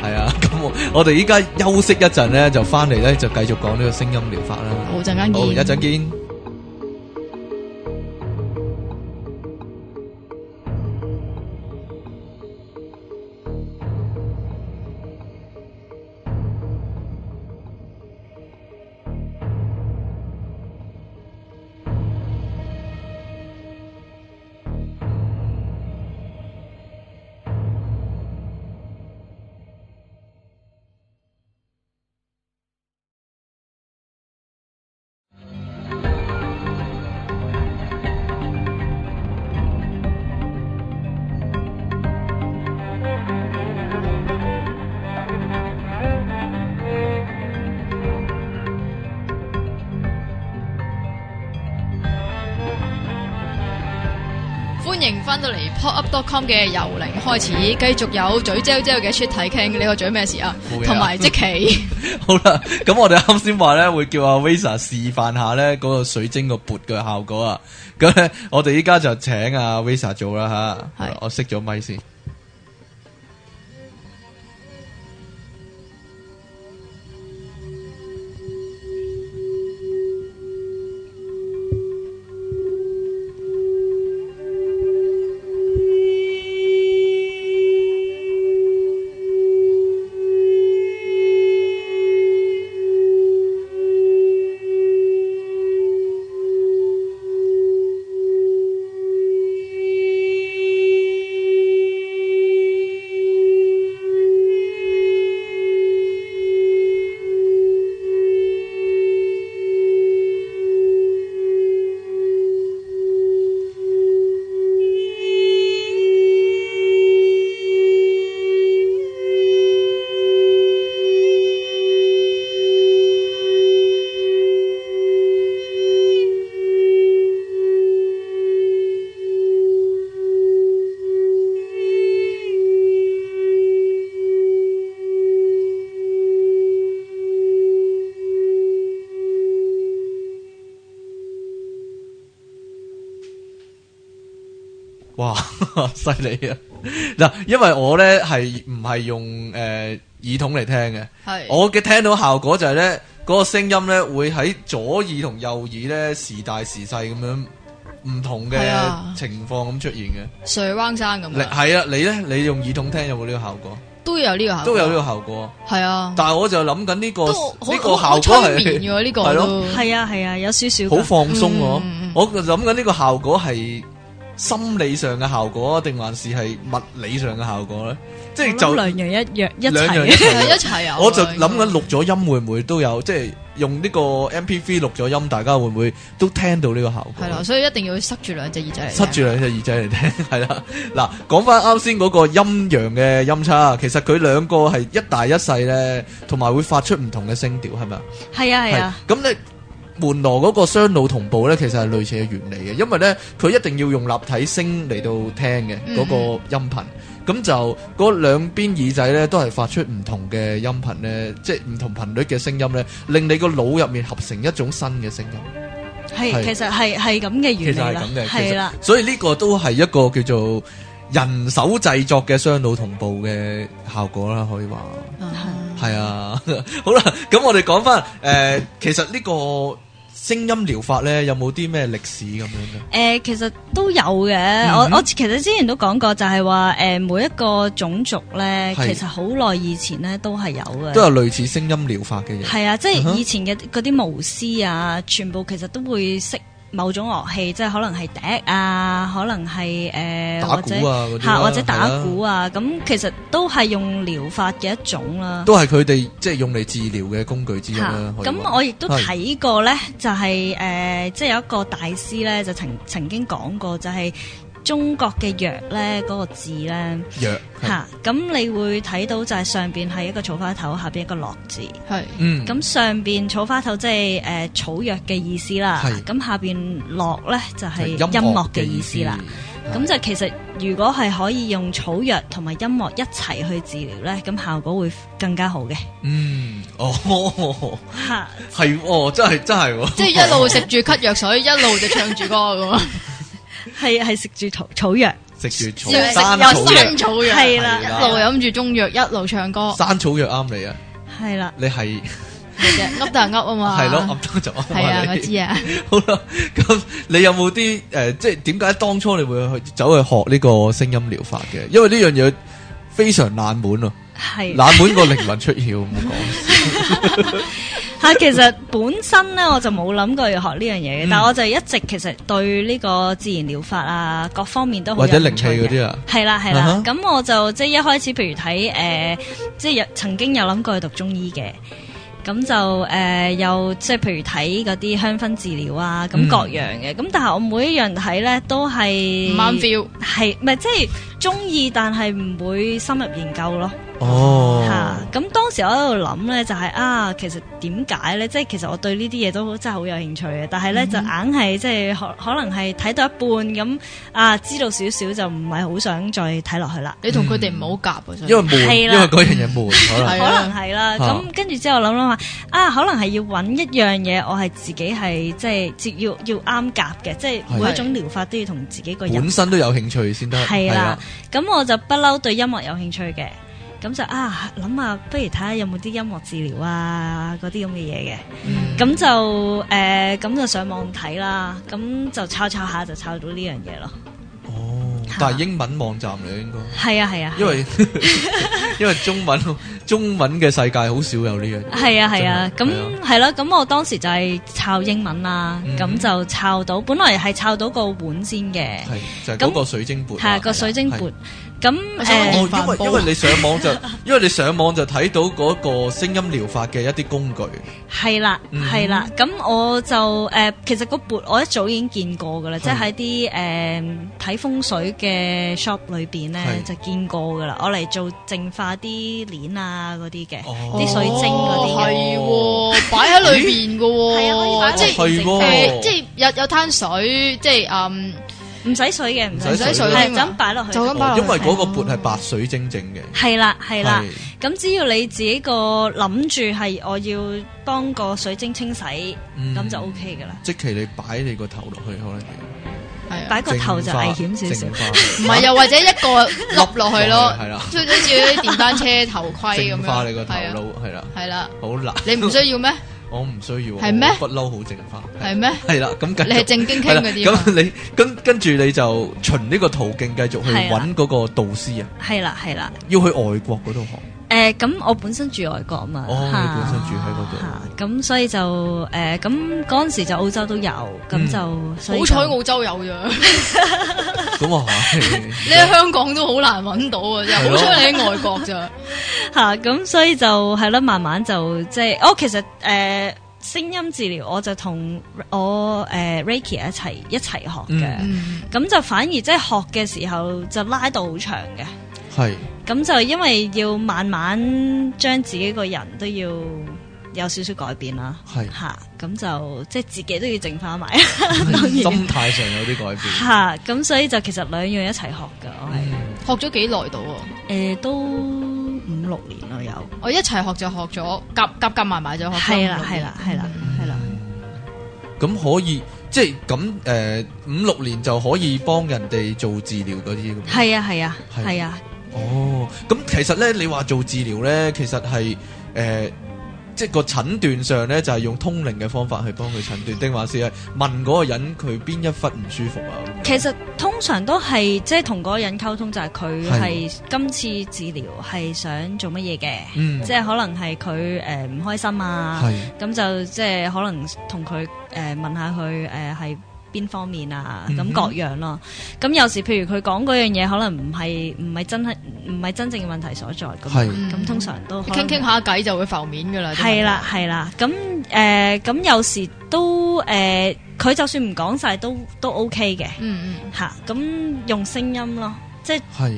係啊， 咁我我哋依家休息一陣咧，就翻嚟咧就繼續講呢個聲音療法啦。
好陣間見
好，一陣見。
Hãy subscribe cho kênh Ghiền Mì Gõ Để không bỏ lỡ
迎翻到嚟 popup.com 嘅由零開始，繼續有嘴嚼嚼嘅出體傾，你個嘴咩事啊
冇嘢？啊
同埋 即期
好啦，咁我哋啱先話咧，會叫阿 Visa 示範下咧嗰個水晶個撥嘅效果啊。咁咧，我哋依家就請阿 Visa 做啦吓
係。
我熄咗咪先。哇， 犀利啊！嗱，因為我咧係唔係用诶、耳筒嚟聽嘅，
係
我嘅聽到效果就係咧嗰個聲音咧會喺左耳同右耳咧時大時細咁樣唔同嘅
係啊
情況咁出現嘅。
Sir Wang 生咁
你
㗎，
係啊，你咧你用耳筒聽有冇呢個效果？
都有呢個效果，
都有呢個效果。
個，係啊，
但係我就諗緊呢個
都
呢
好
個
好好
效果
催眠
係
嘅喎呢個
係咯
都
系啊系啊，有少少㗎。
好放鬆我
嗯嗯嗯。
我就諗緊呢個效果係心理上嘅效果啊，定還是係物理上嘅效果咧？即係就
我諗兩樣一樣一
兩樣
齊。
係 一
齊。
齊有啊，
我就諗
應該
緊錄咗音會唔會都有，即係用呢個 MP3 錄咗音，大家會唔會都聽到呢個效果？
係啦，所以一定要塞住兩隻耳仔嚟聽，
塞住兩隻耳仔嚟聽，係啦。嗱，講翻啱先嗰個陰陽嘅音差，其實佢兩個係一大一細咧，同埋會發出唔同嘅聲調，係咪啊？
系啊系啊。
係。咁咧門羅嗰個雙腦同步咧，其實係類似嘅原理嘅，因為咧佢一定要用立體聲嚟到聽嘅
嗯
嗰個音頻。咁就嗰兩邊耳仔咧，都係發出唔同嘅音頻咧，即係唔同頻率嘅聲音咧，令你個腦入面合成一種新嘅聲音。
系
係
其實係係咁嘅
其
原
實係咁
理啦，
嘅，其
係
實
啦，
所以呢個都係一個叫做人手製作嘅雙腦同步嘅效果啦，可以話
啊
係啊。 好啦，咁我哋講翻誒，其實呢個聲音療法咧，有冇啲咩歷史咁樣嘅？
诶、呃其實都有嘅。
嗯
我我其實之前都講過，就係話诶，每一個種族咧，
係
其實好耐以前咧都係有
都
嘅。
有類似聲音療法嘅嘢。
係啊，即
嗯
係
哼
以前嘅嗰啲巫師啊，全部其實都會識某種樂器，即係可能係笛啊，可能係诶、
打
或
鼓
者
啊嗰啲
嚇
啦，
或者打
係啊
鼓啊，咁其實都係用療法嘅一種啦。
都係佢哋即係用嚟治療嘅工具之一
嚇
啦。可以
咁
話
我亦都
係
睇過咧，就係、呃即係有一個大師咧，就曾曾經講過，就係、中國嘅藥咧，嗰、個字咧
藥係
嚇，咁、你會睇到就係上邊係一個草花頭，下邊一個落字。
係
嗯
咁上邊草花頭即係誒、呃草藥嘅意思啦
係，
咁下邊落咧就係、音樂
樂
嘅意思啦。。咁就其實如果係可以用草藥同埋音樂一齊去治療咧，咁效果會更加好嘅
嗯哦。
嚇。
係喎，真係真係喎，
即係一路食住咳藥水，一路就唱住歌咁 啊，
係係食住草草藥，
食住草
要食
山
有
草
生
藥，
草藥，
係
啦
啦，
一路飲住中藥，一路唱歌，
山草藥啱你啊！
係啦，
你係
噏得人噏啊嘛，
係咯，噏得就
係啊，我
啱
知 啊，
你。好啦，咁你有冇啲誒，即係點解當初你會去走去學呢個聲音療法嘅？因為呢樣嘢非常冷門啊，
係
冷門過靈魂出竅咁 講。
嚇。其實本身咧我就冇諗過要學呢樣嘢嘅，
嗯
但我就一直其實對呢個自然療法啊各方面都好
或者
有興
靈氣
趣
嗰
嘅。
啲啊，
係啦係
啊哈
啦，咁、我就即係一開始譬如睇誒、呃即係有曾經有諗過去讀中醫嘅。咁就誒、呃又即係譬如睇嗰啲香薰治療啊，咁
嗯
各樣嘅，咁、但係我每一樣睇咧都係
唔啱 feel。
係咪即係中意，但係唔會深入研究咯。
哦
吓，，咁當時我喺度諗咧，就係、啊，其實點解咧？即係其實我對呢啲嘢都真係好有興趣嘅，但係咧、就硬係即係可可能係睇到一半咁啊，知道少少就唔係好想再睇落去啦。
你同佢哋唔好夾啊，
嗯
真係
因為悶，
係
因
啦
為嗰樣嘢悶， 可能
係
可能係啦，
嚇
咁跟住之後諗諗下，啊，可能係要揾一樣嘢，我係自己係即係接要要啱夾嘅，即
係
係每一種療法都要同自己個人
本身都有興趣先得，
係
係
啦，。咁我就不嬲對音樂有興趣嘅，咁就啊諗下，不如睇下有冇啲音樂治療啊嗰啲咁嘅嘢嘅。
嗯
咁就誒，呃咁、就上網睇啦，咁就抄抄下就抄到呢樣嘢咯。
哦，
嚇
但係英文網站嚟應該，
係啊係啊，
因為 因為中文中文嘅世界好少有呢樣嘢，
係啊係啊，
真
咁
係
係咯，咁我當時就係抄英文啦
嗯，
咁、就抄到，本來係抄到個碗先嘅，
係就係嗰個水晶缽，
係啊個水晶
係
缽。咁呃
我想問
哦，因
誒
為因為你上網就， 因為你上網就睇到嗰個聲音療法嘅一啲工具，
係啦
嗯
係啦，咁我就誒、呃其實個缽我一早已經見過噶啦，即係喺啲誒睇風水嘅 shop 裏邊咧
係
就見過噶啦，我嚟做淨化啲鏈啊嗰啲嘅。
哦
啲水晶嗰啲嘅
哦係喎，擺喺裏邊嘅
係啊可以
喎，
擺
即
落
係
去
係啊喎，
誒，即係有有攤水，即係嗯，
唔使水嘅，唔
唔使
使
水
水，
添啊
係就咁擺落去。
就咁擺落
哦
去
因為嗰個缽係白水晶整嘅，
係啦，係啦。
係
咁只要你自己個諗住係我要幫個水晶清洗，咁、
嗯
就 O K 噶啦。
即其你擺你個頭落去，可能
係啊
擺個頭就危險少少
淨。化
唔係又或者一個 笠落去咯，
係啦
即係好似嗰啲電單車頭盔咁
淨化你個
樣，
頭
係啊，
腦，係啦，
係啦，
好難。
你唔需要咩？
我唔需要，
係咩
我不嬲好淨化，
係咩？
係啦，咁繼續
你係正經傾
係啦
嗰啲啊嘛
咁你跟跟住你就循呢個途徑繼續去
係啦
揾嗰個導師啊，
係啦，係啦。
要去外國嗰度學。
誒，咁、我本身住外國啊嘛，
哦
嚇
你本身住喺嗰度
嚇咁所以就誒，咁嗰陣時就澳洲都有，
嗯
咁就、所以
好
就
彩澳洲有 啫，
咁啊係，
你喺香港都好難揾到啊！真
係
係
咯
好彩你喺外國咋，
嚇，咁所以就係啦，慢慢就即係，哦，其實誒。聲音治療我就同我誒、Reiki 一齊一齊學嘅，咁、
嗯
就反而即係學嘅時候就拉到好長嘅，
係
咁就因為要慢慢將自己個人都要有少少改變啦，
係
吓咁就即係自己都要淨化埋，
心態上有啲改變。
吓咁所以就其實兩樣一齊學噶，我係
嗯
學咗幾耐到啊？
诶、都五六年咯，有哦
我一齊學就學咗，夾夾夾埋埋就學咗
係
五
啦
六
係
年
啦係啦係啦，
咁可以即係咁誒五六年就可以幫人哋做治療嗰啲咁。
係啊係啊
係
係啊，
哦，咁其實咧，你話做治療咧，其實係誒、呃即係個診斷上咧，就係、用通靈嘅方法去幫佢診斷，定還是係問嗰個人佢邊一忽唔舒服啊？
其實通常都係即係同嗰個人溝通，就係佢係今次治療係想做乜嘢嘅，
嗯，
即係可能係佢诶唔開心啊。
係
咁就即係可能同佢誒問下佢誒係邊方面啊，
嗯
咁、
哼
各樣咯。咁有時譬如佢講嗰樣嘢，可能唔係唔係真係唔係真正嘅問題所在咁。
係
嗯
咁通常都可能
傾傾下偈就會浮面噶啦，啲
係啦係啦。咁誒咁有時都誒，佢、就算唔講晒都都 OK 嘅
問題，嗯嗯，
嚇。咁、用聲音咯。即係
係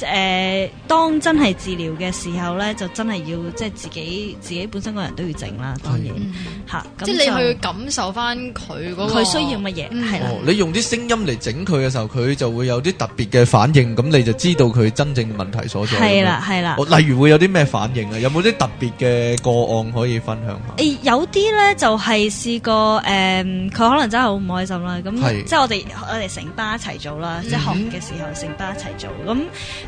誒、呃，當真係治療嘅時候咧，就真係要即係自己自己本身個人都要整啦，當然
嗯
嚇。咁
即係你
就
去感受翻佢嗰個
佢需要乜嘢
嗯
係啦。
哦，你用啲聲音嚟整佢嘅時候，佢就會有啲特別嘅反應，咁你就知道佢真正問題所在。
係啦，係啦。
哦，例如會有啲咩反應啊？有冇啲特別嘅個案可以分享下？
誒有啲咧就係試過誒，嗯佢、可能真係好唔開心啦。
係
咁即係我哋我哋成班一齊做啦，即係
嗯
學嘅時候成班一齊做。咁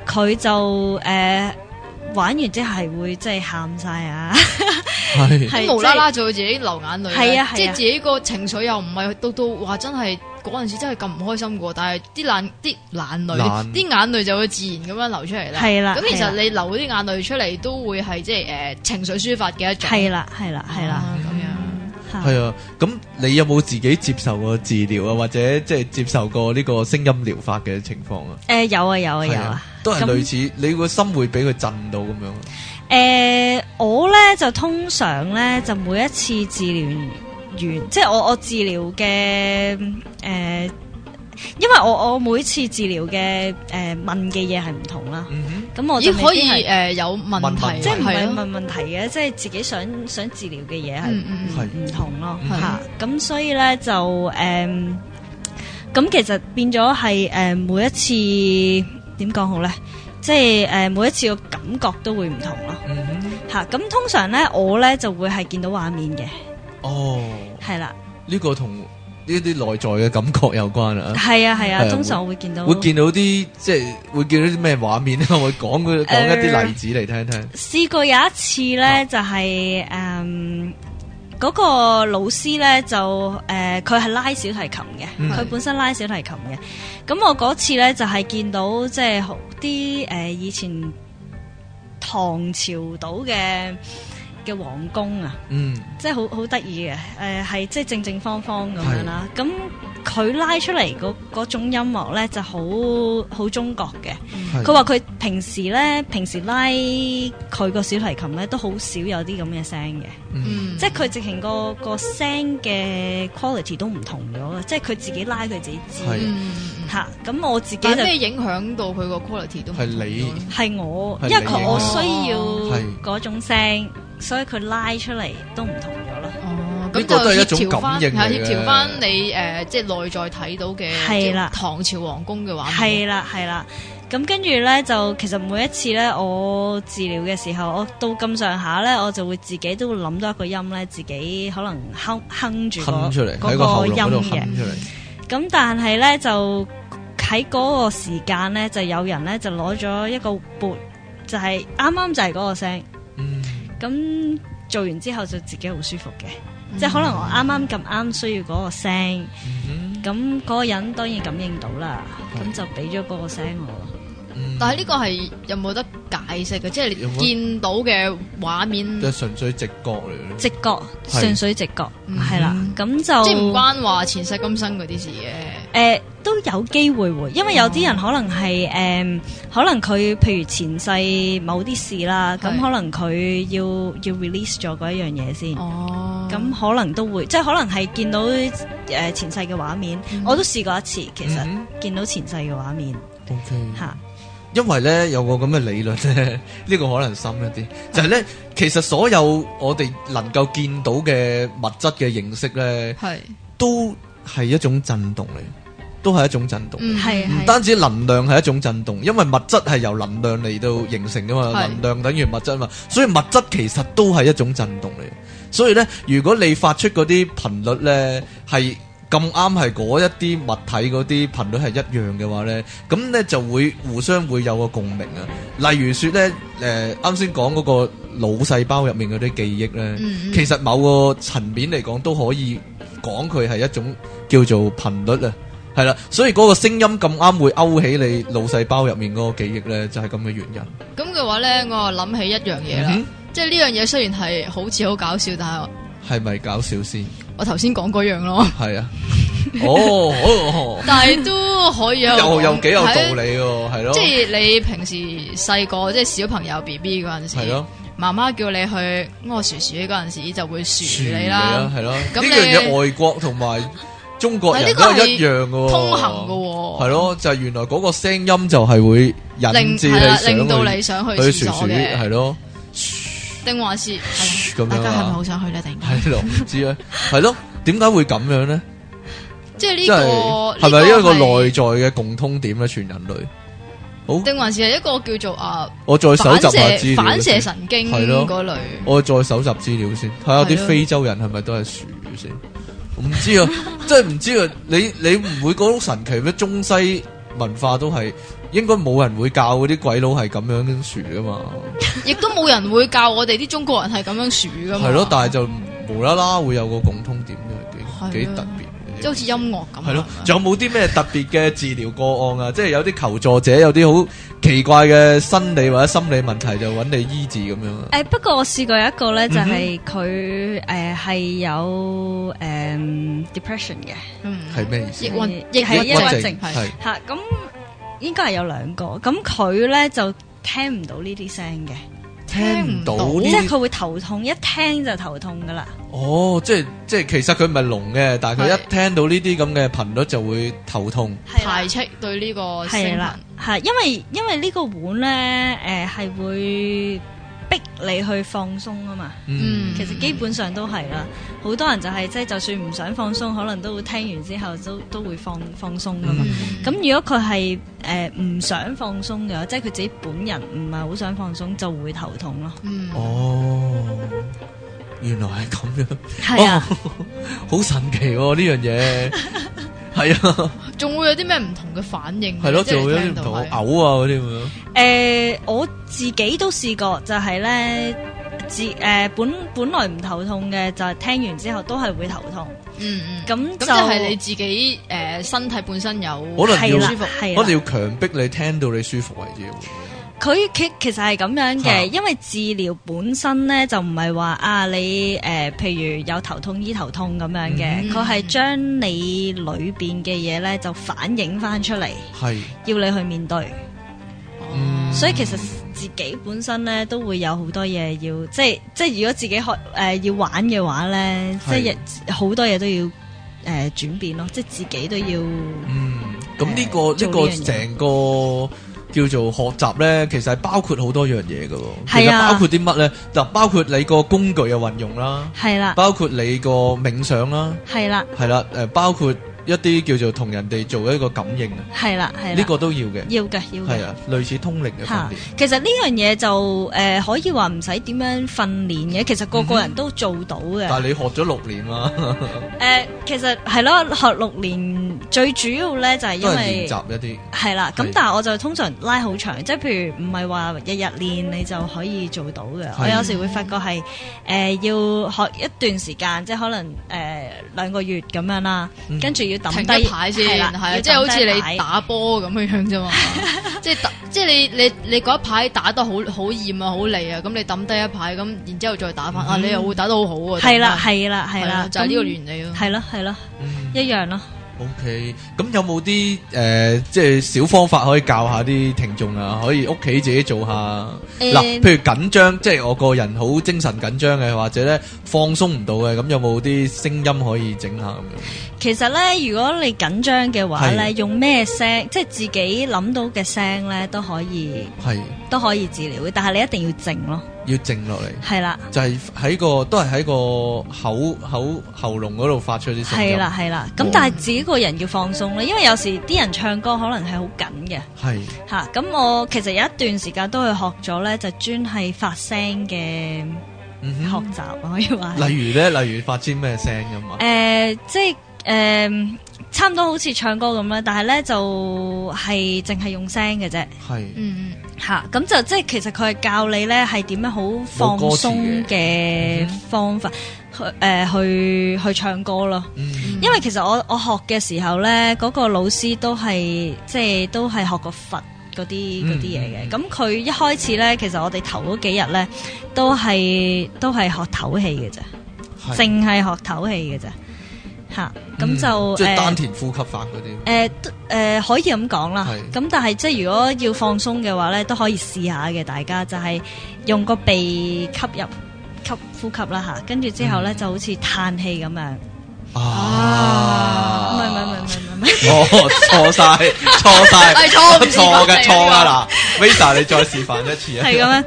佢就誒、呃玩完之後係會即係喊晒啊，
係
係
無啦啦就會自己流眼淚，
係啊係啊
即係自己個情緒又唔係到到話真係嗰陣時真係咁唔開心嘅喎，但係啲眼啲
懶
眼淚啲眼淚就會自然咁樣流出嚟啦。
係啦
咁其
係
實
啦
你流啲眼淚出嚟都會係即係誒情緒抒發嘅一種，
係啦係啦係啦
啊咁樣。
嚇
係啊，咁你有冇自己接受過治療啊，或者即係接受過呢個聲音療法嘅情況啊？
誒有啊有啊有
係
啊，
都係
咁
類似，你個心會俾佢震到咁樣。
誒、呃我咧就通常咧就每一次治療完，即係我我治療嘅誒呃因為我我每次治療嘅誒問嘅嘢係唔同啦，
嗯
咁我
咦
就
可
未必
以
係
诶有問題，
問
即係唔係
咯，
問問題嘅，即係自己想想治療嘅嘢係
嗯嗯
係
唔唔同咯
係
嚇。咁所以咧就誒，嗯咁其實變咗係誒每一次點講好咧，即係誒每一次個感覺都會唔同咯
哼，嗯哼，
嚇。咁通常咧我咧就會係見到畫面嘅，
哦。
係啦，
呢個同呢啲內在嘅感覺有關 啊。
係啊係
係
啊，
啊
通常我會見到
會見到啲即係會見到啲咩畫面咧？我講佢講一啲例子嚟聽聽。
試過有一次
啊
咧，就係誒嗰個老師咧就誒佢係拉小提琴嘅，佢、
嗯
本身拉小提琴嘅。咁我嗰次咧就係、見到即係好啲誒以前唐朝島嘅嘅皇宮啊，
嗯，
即係好好得意嘅誒係即係正正方方咁樣啦。咁佢拉出嚟嗰嗰種音樂咧就好好中國嘅。
係
佢話佢平時咧，平時拉佢個小提琴咧，都好少有啲咁嘅聲嘅，
嗯
嗯，
即係佢直情個個聲嘅 quality 都唔同咗嘅，即係佢自己拉佢自己知
係
嗯
嚇。咁、我自己就
但係咩影響到佢個 quality 都唔
啊係你
同咗
係我，
係
因為
你
佢
嘅
我需
係
要嗰種聲，所以佢拉出嚟都唔同咗咯。
哦，
呢
咁
個都係一
就
種
協調翻，
感應嚟嘅
協調翻你誒，即係內在睇到嘅
係啦
即係唐朝皇宮嘅畫面。
係啦，係啦。咁跟住咧，就其實每一次咧，我治療嘅時候，我到咁上下咧，我就會自己都會諗到一個音咧，自己可能哼哼住嗰
哼出嚟喺
嗰
個
個
喉嚨
音
嗰度
嘅。
哼出嚟。
咁但係咧就喺嗰個時間咧，就有人咧就攞咗一個撥，就係啱啱就係嗰個聲。
嗯，
咁做完之後就自己好舒服嘅，
嗯
即係可能我啱啱咁啱需要嗰個聲，
嗯
咁嗰個人當然感應到啦，
係
咁就俾咗嗰個聲
嗯
我。
哼
但係呢個係有冇得解釋嘅？即係
有冇
你見到嘅畫面，
就純粹直覺嚟嘅。
直覺，
係
純粹直覺，
嗯
係啦，咁就
即係唔關話前世今生嗰啲事嘅。
誒都有機會會，因為有啲人可能係誒、可能佢譬如前世某啲事啦，咁
係
可能佢要要 release 咗嗰一樣嘢
嗯
先，咁、
哦，
可能都會，即係可能係見到誒、前世嘅畫面，
嗯
我都試過一次，其實、
嗯
見到前世嘅畫面
哼 OK。
嚇，
因為咧有個咁嘅理論咧，呢 個可能深一啲，就係咧其實所有我哋能夠見到嘅物質嘅形式咧，
係
都係一種震動嚟，都係一種震動。
嗯
係
唔
係
單止能量係一種震動，因為物質係由能量嚟到形成噶嘛，
係
能量等於物質嘛，所以物質其實都係一種震動嚟。所以呢，如果你發出嗰啲頻率呢，係咁啱係嗰一啲物體嗰啲頻率係一樣嘅話呢，咁呢就會互相會有個共鳴啊。例如說呢，誒啱先講嗰個腦細胞入面嗰啲記憶呢，
嗯嗯
其實某個層面嚟講都可以講佢係一種叫做頻率啊。係啦，所以嗰個聲音咁啱會勾起你腦細胞入面嗰個記憶呢，就係咁嘅原因。
咁嘅話咧，我就諗起一樣嘢啦
嗯，
即係呢樣嘢雖然係好似好搞笑，但係我
係咪搞笑先？
我頭先講嗰樣咯，
係啊，哦，哦，
但係都可以 有
又又幾有道
喺
理喎，係咯
即，係你平時細個，即係小朋友 B B 嗰陣時，
係咯，
媽媽叫你去屙鼠鼠嗰陣時，就會鼠
傳
你
你啊
啦
啦，，係咯，呢
咁你
樣嘢外國同埋中國人都
但係呢個
係
係
一樣嘅喎，
通行嘅喎
係咯，就係原來嗰個聲音就係會引
令
致
係啦，令
你
到
想
你想去
去
廁所
係
嘅，
咯，
定還是係
咁樣
啦
啊
大家係咪好想去咧？突然間，
係咯，唔知啊，係咯，點解會咁樣咧？
即係
即
呢
係
個
係咪
呢
一個
個
內在嘅共通點咧？全人類，好，
定還是係一個叫做啊
我再搜
反
集下
射
資料
反射
先
神經
係咯
嗰類，
我再搜集資料先，睇下
係
啲
咯
非洲人係咪都係鼠先。唔知啊，真係唔知啊！你你唔會覺得神奇咩？中西文化都係應該冇人會教嗰啲鬼佬係咁樣鼠噶嘛，
亦都冇人會教我哋啲中國人係咁樣鼠噶嘛。
係咯，但係就無啦啦會有個共通點，真係幾
係
幾
啊
特別嘅。
即係好似音樂咁啊。
係咯
係咪，
仲有冇啲咩特別嘅治療個案啊？即係有啲求助者有啲好奇怪嘅生理或者心理問題，就揾你醫治咁樣啊？
誒不過我試過有一個咧，就係佢誒係有誒 depression 嘅。
嗯
係咩意思
抑？鬱
亦係
抑
抑
鬱
鬱
症
症
係
係
吓，咁應該係有兩個。咁佢咧就聽唔到呢啲聲嘅，
聽唔到
聽唔
即
呢
係佢會頭痛，一聽就頭痛噶啦。
哦，即係即係其實佢唔係聾嘅，但係佢一
係
聽到呢啲咁嘅頻率就會頭痛。
係啦
排斥對呢個聲
係
頻
啦，係因為因為呢個碗咧，誒、係會逼你去放鬆啊嘛。
嗯，
其實基本上都係啦，好多人就係即係就算唔想放鬆，可能都會聽完之後都都會放放鬆噶嘛。
嗯
咁、如果佢係誒唔想放鬆嘅話，即係佢自己本人唔係好想放鬆，就會頭痛咯。
嗯
哦，原來係咁樣，
係
哦
啊，
好神奇喎呢樣嘢。係啊，
仲會有啲咩唔同嘅反應嘅？啊
係咯，
即係
就會有啲
聽
唔
到
同，嘔
係
啊嗰啲咁樣。
誒、我自己都試過，就係、咧自誒、本本來唔頭痛嘅，就係聽完之後都係會頭痛。
嗯嗯。
咁
咁
就
即係你自己誒身體本身有
可能要
係啦
舒服，
係啦
我哋要強迫你聽到你舒服為止喎。
佢其其實係咁樣
嚇
嘅，因為治療本身咧就唔係話啊你誒、呃譬如有頭痛醫頭痛咁樣嘅，
嗯
佢係將你裏邊嘅嘢咧就反映翻出嚟，
係，
要你去面對。
嗯
所以其實自己本身咧都會有好多嘢要，即係即係如果自己學誒、呃要玩嘅話咧，即
係
係好多嘢都要誒、呃、轉變咯，即係自己都要。
嗯，咁呢個
誒
呢個
做呢啊樣嘢
成個叫做學習咧，其實係包括好多樣嘢嘅喎。其
係
實
啊
包括啲乜咧？嗱，包括你個工具嘅運用啦，
係啦，
包括你個冥想啦，
係啦，
係啦，誒，包括一啲叫做同人哋做一個感應啊，
係啦，係啦，
呢個都要嘅，
要嘅，要嘅
係。啊，類似通靈嘅
嚇
訓練，
其實呢樣嘢就誒、呃可以話唔使點樣訓練嘅，其實個個人都做到嘅。
嗯
誒、
但係你學咗六年啦，
其實係咯，學六年最主要咧就係
都
因
係練
為
習一啲，
係啦。咁
係
但係我就通常拉好長，即係譬如唔係話日日練你就可以做到嘅。我有時會發覺係誒、呃要學一段時間，即係可能誒兩、個月咁樣啦，
嗯
跟住要抌
停
低
一排先，係啊，即係好似你打波咁樣樣啫 嘛，即係打即係你你你嗰一排打得好好厭啊，好嚟啊，咁你抌低一排咁，然之後再打翻
嗯
啊，你又會打得好好啊，
係啦，
突然
係
間
啦，係
係
啦
啊，就係呢個
咁
原理咯，
係咯，係咯，
嗯
一樣咯。
OK，咁有冇啲誒，即係小方法可以教下啲聽眾啊？可以屋企自己做下
誒
嗱，譬如緊張，即係我個人好精神緊張嘅，或者咧放鬆唔到嘅，咁有冇啲聲音可以整下咁樣？
其實咧，如果你緊張嘅話咧，
係
用咩聲，即係自己諗到嘅聲咧，都可以
係
都可以治療嘅。但係你一定要靜咯，
要靜落嚟，
係啦，
就係喺個都係喺個口口喉嚨嗰度發出啲聲音。
係啦，，係啦。咁
哦
但係自己個人要放鬆咧，因為有時啲人唱歌可能係好緊嘅
係
吓。咁我其實有一段時間都去學咗咧，就專係發聲嘅
嗯
學
哼。
習，啊可以話。
例如咧，例如發啲咩聲咁啊？
诶、即係诶、誒差唔多好似唱歌咁啦，但係咧就係淨係用聲嘅啫。
係
嗯
吓，咁就即係其實佢係教你咧係點樣好放鬆
嗯
嘅方法，去誒、去去唱歌咯。
嗯
因為其實我我學嘅時候咧，嗰、個老師都係即係都係學過佛嗰啲嗰啲嘢嘅。
嗯
咁佢、一開始咧，其實我哋頭嗰幾日咧都係都係學唞氣嘅啫，
係
淨係學唞氣嘅啫。吓，咁就
嗯即係
誒
丹田呼吸法嗰啲。
誒都誒可以咁講啦，
係
咁但係即係如果要放鬆嘅話咧，都可以試下嘅。大家就係用個鼻吸入吸呼吸啦嚇，跟住之後咧
嗯
就好似嘆氣咁樣，唔
啊！
係唔係唔係唔係唔係，
哦，錯晒，錯晒，
係錯唔知
錯
講
嘅，
你
錯啊！嗱，Visa，你再示範一 次啊！
係咁樣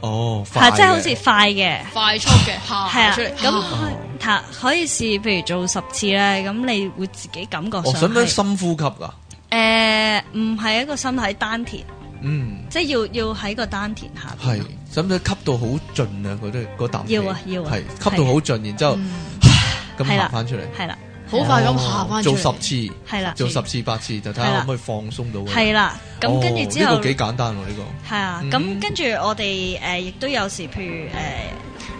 哦，快嘅
嚇，啊即係好似快嘅，
嗯，快速嘅
哦
下
係啊
出嚟，，
咁
啊
啊
可嚇可以試，譬如做十次咧，咁你會自己感覺
我想
上
哦唔想
係
深呼吸啊噶？
誒唔係一個身體丹田，
嗯，
即係要要喺個丹田下邊
係，使唔使吸到好盡啊？嗰啲嗰啖氣
要啊要啊
係吸到好盡，然之後
嗯
咁
係啦
行翻出嚟，
係啦
好快咁下翻出
哦做
嚟
十次，
係啦
做十次八次，就睇
係
下
啦
可唔可以放鬆到佢。
係啦，咁跟
哦
住之後
呢個。幾簡單喎，呢個
係啊，
嗯
咁、跟住我哋誒亦都有時，譬如誒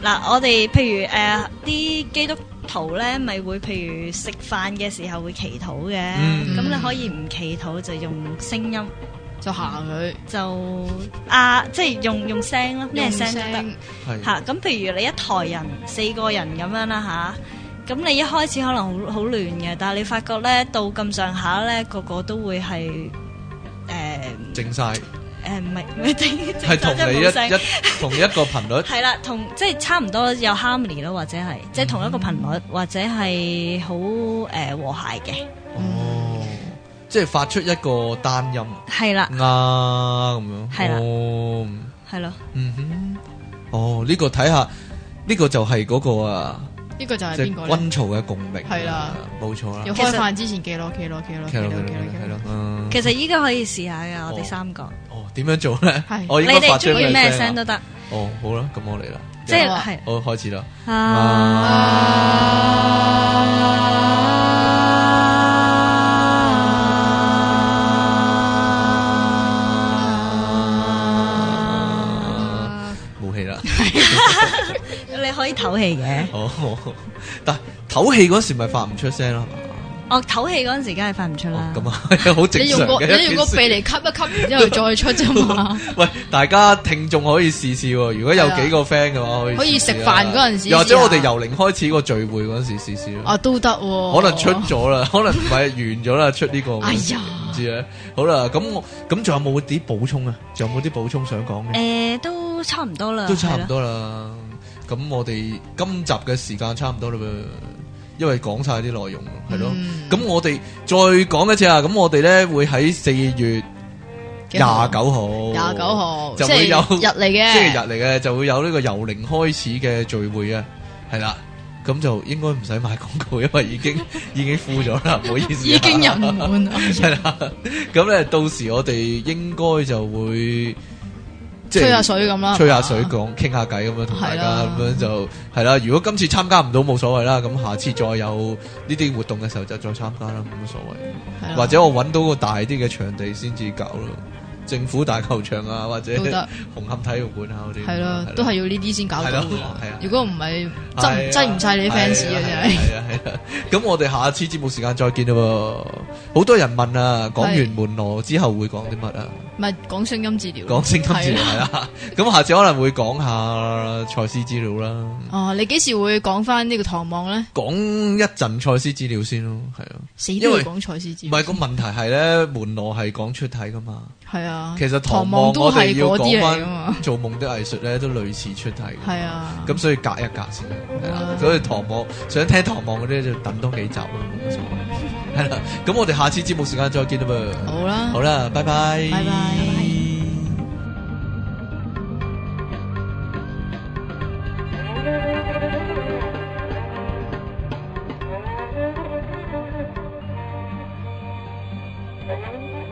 嗱、我哋譬如誒啲、基督徒咧，咪會譬如食飯嘅時候會祈禱嘅，咁、
嗯
你可以唔祈禱就用聲音
就行佢
就啊，即係用用聲咯，咩聲都得
用
係
嚇。咁、譬如你一台人四個人咁樣啦吓，咁、你一開始可能好好亂嘅，但係你發覺咧到咁上下咧，個個都會係誒。
靜晒，
誒、誒唔係唔係整
係
整
同
咗
你
一
一
冇聲
一同一個頻率，
係啦，同即係差唔多有 harmony 咯，或者係即係同
嗯
一個頻率，或者係好誒和諧嘅，
哦，即係發出一個單音
係啦，
啊咁樣，
係啦
哦，
係咯，
嗯哼，哦，呢個睇下，呢個就係嗰個啊，
呢個就係
即係
邊個咧？
軍曹嘅共鳴，啊
係啦，
冇錯啦，
要開飯之前記落記落記落記
係
落
咯
記
係咯
落
係
記
咯
落，，
嗯
其實依家可以試下嘅，我
哦
哋三個，
哦點樣做咧
係？
我
你
應該發
哋
出
中意咩
聲
聲
啊
都得，
哦，好啦，咁我嚟啦，
即係
好
啊
啊
係
我開始啦。啊
啊
冇氣啦，
你可以唞氣嘅，
哦， 但係唞氣嗰時咪發唔出聲啦，
我哦唞氣嗰陣時梗係發唔出
係嘛
啦
哦，咁啊， 好正
你
常
用個
嘅
你用
一
個
件事。
鼻嚟吸一吸，然之後再出啫嘛。
喂，大家聽眾可以試試喎，如果有幾個 friend 嘅話，可以
啊可以
試試
食
啦
飯嗰陣時
又或者
試下
我哋由零開始個聚會嗰陣時試試咯
啊，都得喎。
可能出咗啦， 可能唔係完咗啦，出呢個。
哎呀
唔知咧。好啦，咁我咁仲有冇啲補充啊？仲有冇啲補充想講嘅？
誒都差唔多啦，
都差
係
唔
啦
多啦。咁我哋今集嘅時間差唔多啦噃，因為講晒啲內容係咯。
嗯
咁我哋再講一次啊！咁我哋咧會喺四月
幾
廿九
號啊
號，
廿九號，
就
即
會有
係日嚟嘅，
星期日嚟嘅，就會有呢個由零開始嘅聚會啊，係啦。咁就應該唔使買廣告，因為已經 已經 full 咗啦，唔好意思啊。
已經人滿啦。
係啦。咁咧，到時我哋應該就會 即係
吹下水咁啦
吹下水講傾下偈咁樣同大
係啊
家
啦
咁樣就係啦。如果今次參加唔到冇所謂啦，咁下次再有呢啲活動嘅時候就再參加啦，冇乜所謂。
係啦
或者我揾到個大啲嘅場地先至搞咯，政府大球場啊，或者
都得
紅磡體育館啊嗰啲，
係咯，都係要呢啲先搞到
係
㗎
咯係啊。
如果唔係，
係
擠
啊
擠唔晒你啲 fans 啊，
係
真係。
係啊係啊，咁我哋下次節目時間再見啦喎！好多人問啊，講完
係
門羅之後會講啲乜啊？
唔係講聲音治療，
講聲音治療
係
係啊
啦。
啦，咁下次可能會講下賽斯資料啦，
哦，你幾時會講翻呢個唐望咧？
講一陣賽斯資料先咯，係啊，
死都要
因為
講賽斯治
唔
療
係個。問題係咧，門羅係講出體噶嘛。
係啊，
其實唐
唐
望
都
我哋
係
要
嗰啲
講
嚟噶嘛
翻。做夢的藝術咧，都類似出題㗎嘛
係啊
咁所以隔一隔先，係啦。
啊
所以唐望想聽唐望嗰啲就等多幾集咯，冇乜所謂。係啦，咁我哋下次節目時間再見啦噃。
好啦
好啦，拜拜，
拜拜。
Thank you.